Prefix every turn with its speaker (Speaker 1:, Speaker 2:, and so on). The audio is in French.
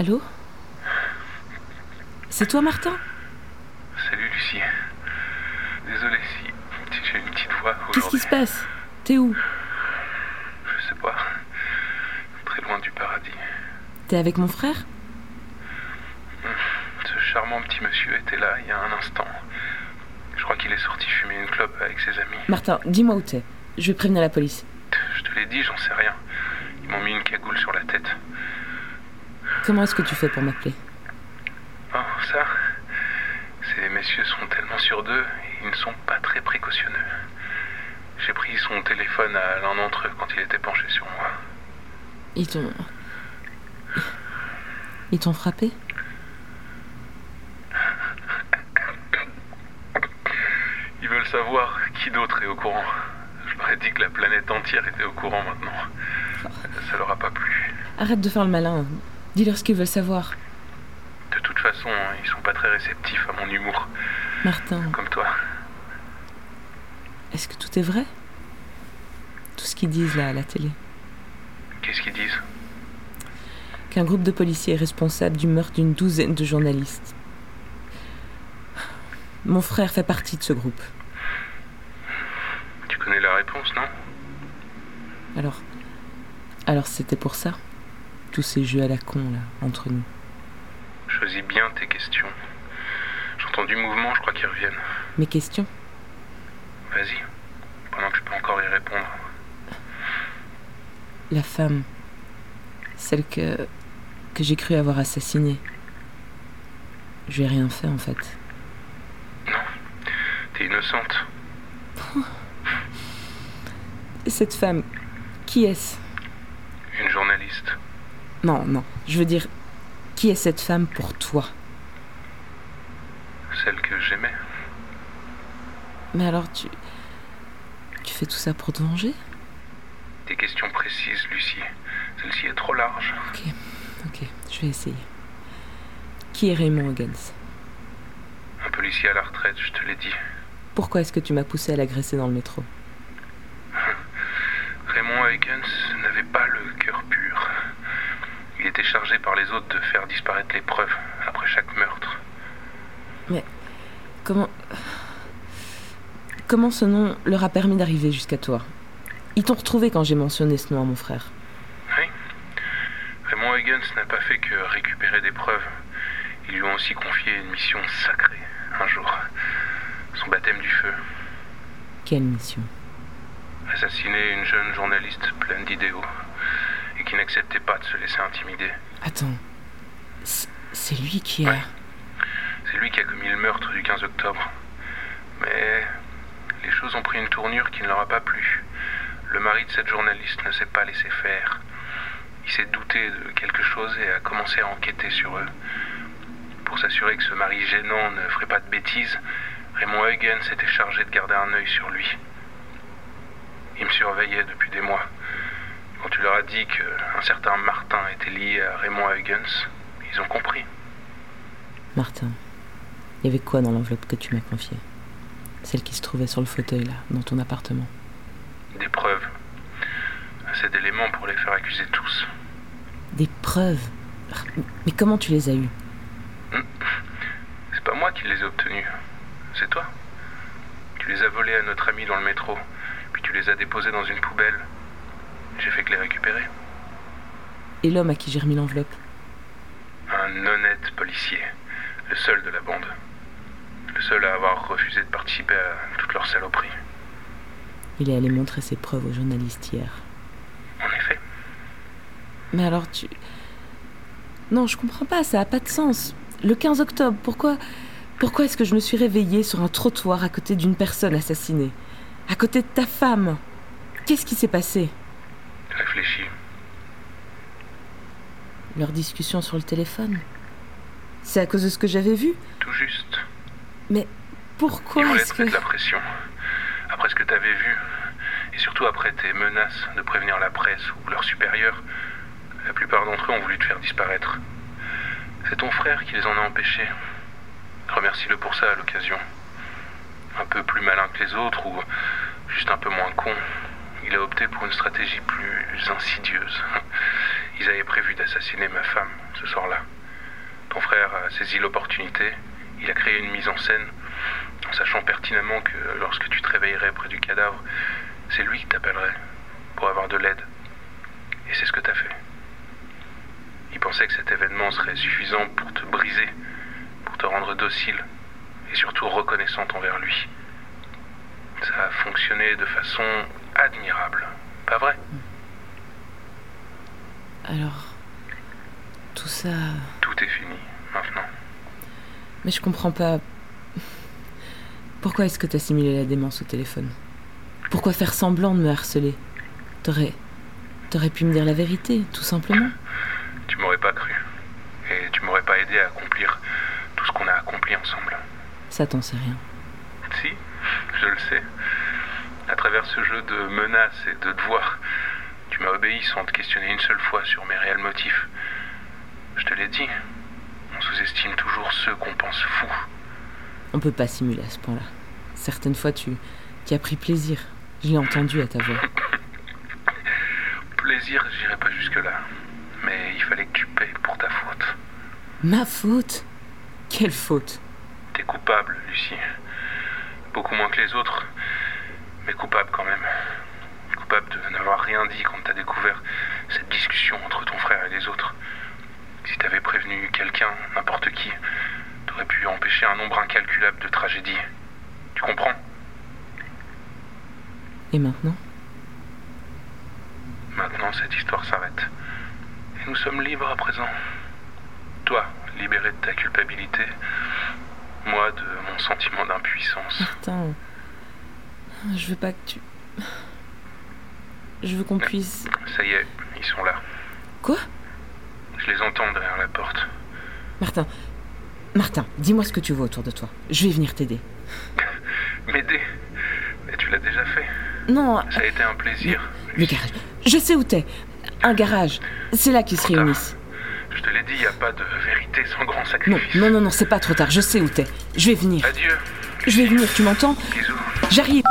Speaker 1: Allô C'est toi, Martin
Speaker 2: Salut Lucie. Désolé si, si j'ai une petite voix
Speaker 1: Qu'est-ce
Speaker 2: aujourd'hui.
Speaker 1: qui se passe T'es où
Speaker 2: Je sais pas. Très loin du paradis.
Speaker 1: T'es avec mon frère
Speaker 2: Ce charmant petit monsieur était là il y a un instant. Je crois qu'il est sorti fumer une clope avec ses amis.
Speaker 1: Martin, dis-moi où t'es. Je vais prévenir la police.
Speaker 2: Je te l'ai dit, j'en sais rien. Ils m'ont mis une cagoule sur la tête.
Speaker 1: Comment est-ce que tu fais pour m'appeler
Speaker 2: Oh, ça Ces messieurs sont tellement sur d'eux, ils ne sont pas très précautionneux. J'ai pris son téléphone à l'un d'entre eux quand il était penché sur moi.
Speaker 1: Ils t'ont. Ils t'ont frappé
Speaker 2: Ils veulent savoir qui d'autre est au courant. Je leur ai dit que la planète entière était au courant maintenant. Ça leur a pas plu.
Speaker 1: Arrête de faire le malin. Dis-leur ce qu'ils veulent savoir.
Speaker 2: De toute façon, ils sont pas très réceptifs à mon humour,
Speaker 1: Martin,
Speaker 2: comme toi.
Speaker 1: est-ce que tout est vrai Tout ce qu'ils disent là à la télé.
Speaker 2: Qu'est-ce qu'ils disent
Speaker 1: Qu'un groupe de policiers est responsable du meurtre d'une douzaine de journalistes. Mon frère fait partie de ce groupe.
Speaker 2: Tu connais la réponse, non
Speaker 1: Alors. Alors c'était pour ça Tous ces jeux à la con là, entre nous.
Speaker 2: Choisis bien tes questions. J'entends du mouvement, je crois qu'ils reviennent.
Speaker 1: Mes questions
Speaker 2: Vas-y, pendant que je peux encore y répondre.
Speaker 1: La femme. Celle que. que j'ai cru avoir assassinée. Je lui ai rien fait en fait.
Speaker 2: T'es innocente.
Speaker 1: Et cette femme, qui est-ce
Speaker 2: Une journaliste.
Speaker 1: Non, non, je veux dire, qui est cette femme pour toi
Speaker 2: Celle que j'aimais.
Speaker 1: Mais alors tu. Tu fais tout ça pour te venger
Speaker 2: Des questions précises, Lucie. Celle-ci est trop large.
Speaker 1: Ok, je vais essayer. Qui est Raymond Hoggins
Speaker 2: Un policier à la retraite, je te l'ai dit.
Speaker 1: Pourquoi est-ce que tu m'as poussé à l'agresser dans le métro
Speaker 2: Raymond Huygens n'avait pas le cœur pur. Il était chargé par les autres de faire disparaître les preuves après chaque meurtre.
Speaker 1: Comment. Comment ce nom leur a permis d'arriver jusqu'à toi Ils t'ont retrouvé quand j'ai mentionné ce nom à mon frère.
Speaker 2: Raymond Huygens n'a pas fait que récupérer des preuves. Ils lui ont aussi confié une mission sacrée, un jour. Son baptême du feu.
Speaker 1: Quelle mission
Speaker 2: Assassiner une jeune journaliste pleine d'idéaux et qui n'acceptait pas de se laisser intimider.
Speaker 1: Attends. C'est c'est lui qui a.
Speaker 2: C'est lui qui a commis le meurtre du 15 octobre. Mais les choses ont pris une tournure qui ne leur a pas plu. Le mari de cette journaliste ne s'est pas laissé faire. Il s'est douté de quelque chose et a commencé à enquêter sur eux. Pour s'assurer que ce mari gênant ne ferait pas de bêtises, Raymond Huygens s'était chargé de garder un œil sur lui. Il me surveillait depuis des mois. Quand tu leur as dit qu'un certain Martin était lié à Raymond Huygens, ils ont compris.
Speaker 1: Martin, il y avait quoi dans l'enveloppe que tu m'as confiée Celle qui se trouvait sur le fauteuil là, dans ton appartement.
Speaker 2: des preuves. Assez d'éléments pour les faire accuser tous.
Speaker 1: Des preuves Mais comment tu les as eues
Speaker 2: C'est pas moi qui les ai obtenus, c'est toi. Tu les as volés à notre ami dans le métro, puis tu les as déposés dans une poubelle. J'ai fait que les récupérer.
Speaker 1: Et l'homme à qui j'ai remis l'enveloppe
Speaker 2: Un honnête policier, le seul de la bande. Le seul à avoir refusé de participer à toute leur saloperie.
Speaker 1: Il est allé montrer ses preuves aux journalistes hier.
Speaker 2: En effet,
Speaker 1: Mais alors tu. Non, je comprends pas, ça a pas de sens. Le 15 octobre, pourquoi. Pourquoi est-ce que je me suis réveillée sur un trottoir à côté d'une personne assassinée À côté de ta femme Qu'est-ce qui s'est passé
Speaker 2: réfléchis.
Speaker 1: Leur discussion sur le téléphone C'est à cause de ce que j'avais vu
Speaker 2: Tout juste.
Speaker 1: Pourquoi
Speaker 2: Il voulait
Speaker 1: est-ce
Speaker 2: te
Speaker 1: que.
Speaker 2: mettre la pression. Après ce que t'avais vu, et surtout après tes menaces de prévenir la presse ou leurs supérieurs, la plupart d'entre eux ont voulu te faire disparaître. C'est ton frère qui les en a empêchés. Remercie-le pour ça à l'occasion. Un peu plus malin que les autres ou juste un peu moins con, il a opté pour une stratégie plus insidieuse. Ils avaient prévu d'assassiner ma femme ce soir-là. Ton frère a saisi l'opportunité, il a créé une mise en scène, en sachant pertinemment que lorsque tu te réveillerais près du cadavre, c'est lui qui t'appellerait pour avoir de l'aide. Et c'est ce que t'as fait. Il pensait que cet événement serait suffisant pour te briser, pour te rendre docile et surtout reconnaissante envers lui. Ça a fonctionné de façon admirable, pas vrai
Speaker 1: Alors, tout ça...
Speaker 2: Tout est fini maintenant.
Speaker 1: Mais je comprends pas. Pourquoi est-ce que t'as simulé la démence au téléphone Pourquoi faire semblant de me harceler T'aurais... T'aurais pu me dire la vérité, tout simplement.
Speaker 2: Tu m'aurais pas cru. Et tu m'aurais pas aidé à accomplir tout ce qu'on a accompli ensemble.
Speaker 1: Ça t'en sait rien.
Speaker 2: Si, je le sais. À travers ce jeu de menaces et de devoirs, tu m'as obéi sans te questionner une seule fois sur mes réels motifs. Je te l'ai dit, on sous-estime toujours ceux qu'on pense fous.
Speaker 1: On peut pas simuler à ce point-là. Certaines fois, tu... tu as pris plaisir. Je l'ai entendu à ta voix.
Speaker 2: Plaisir, j'irai pas jusque-là. Mais il fallait que tu payes pour ta faute.
Speaker 1: Ma faute Quelle faute
Speaker 2: T'es coupable, Lucie. Beaucoup moins que les autres, mais coupable quand même. Coupable de n'avoir rien dit quand t'as découvert cette discussion entre ton frère et les autres. Si t'avais prévenu quelqu'un, n'importe qui, t'aurais pu empêcher un nombre incalculable de tragédies. Tu comprends
Speaker 1: Et maintenant
Speaker 2: Maintenant, cette histoire s'arrête. Et nous sommes libres à présent. Toi, libéré de ta culpabilité. Moi, de mon sentiment d'impuissance.
Speaker 1: Martin, je veux pas que tu... Je veux qu'on puisse...
Speaker 2: Ça y est, ils sont là.
Speaker 1: Quoi
Speaker 2: Je les entends derrière la porte.
Speaker 1: Martin, Martin, dis-moi ce que tu vois autour de toi. Je vais venir t'aider.
Speaker 2: M'aider Mais tu l'as déjà fait.
Speaker 1: Non,
Speaker 2: Ça a été un plaisir.
Speaker 1: le garage. Je sais où t'es. Un garage. C'est là qu'ils se
Speaker 2: tard.
Speaker 1: réunissent.
Speaker 2: Je te l'ai dit, y a pas de vérité sans grand
Speaker 1: Non,
Speaker 2: sacrifice.
Speaker 1: non, non, non, c'est pas trop tard. Je sais où t'es. Je vais venir.
Speaker 2: Adieu.
Speaker 1: Je vais venir, tu m'entends
Speaker 2: Bisous.
Speaker 1: J'arrive.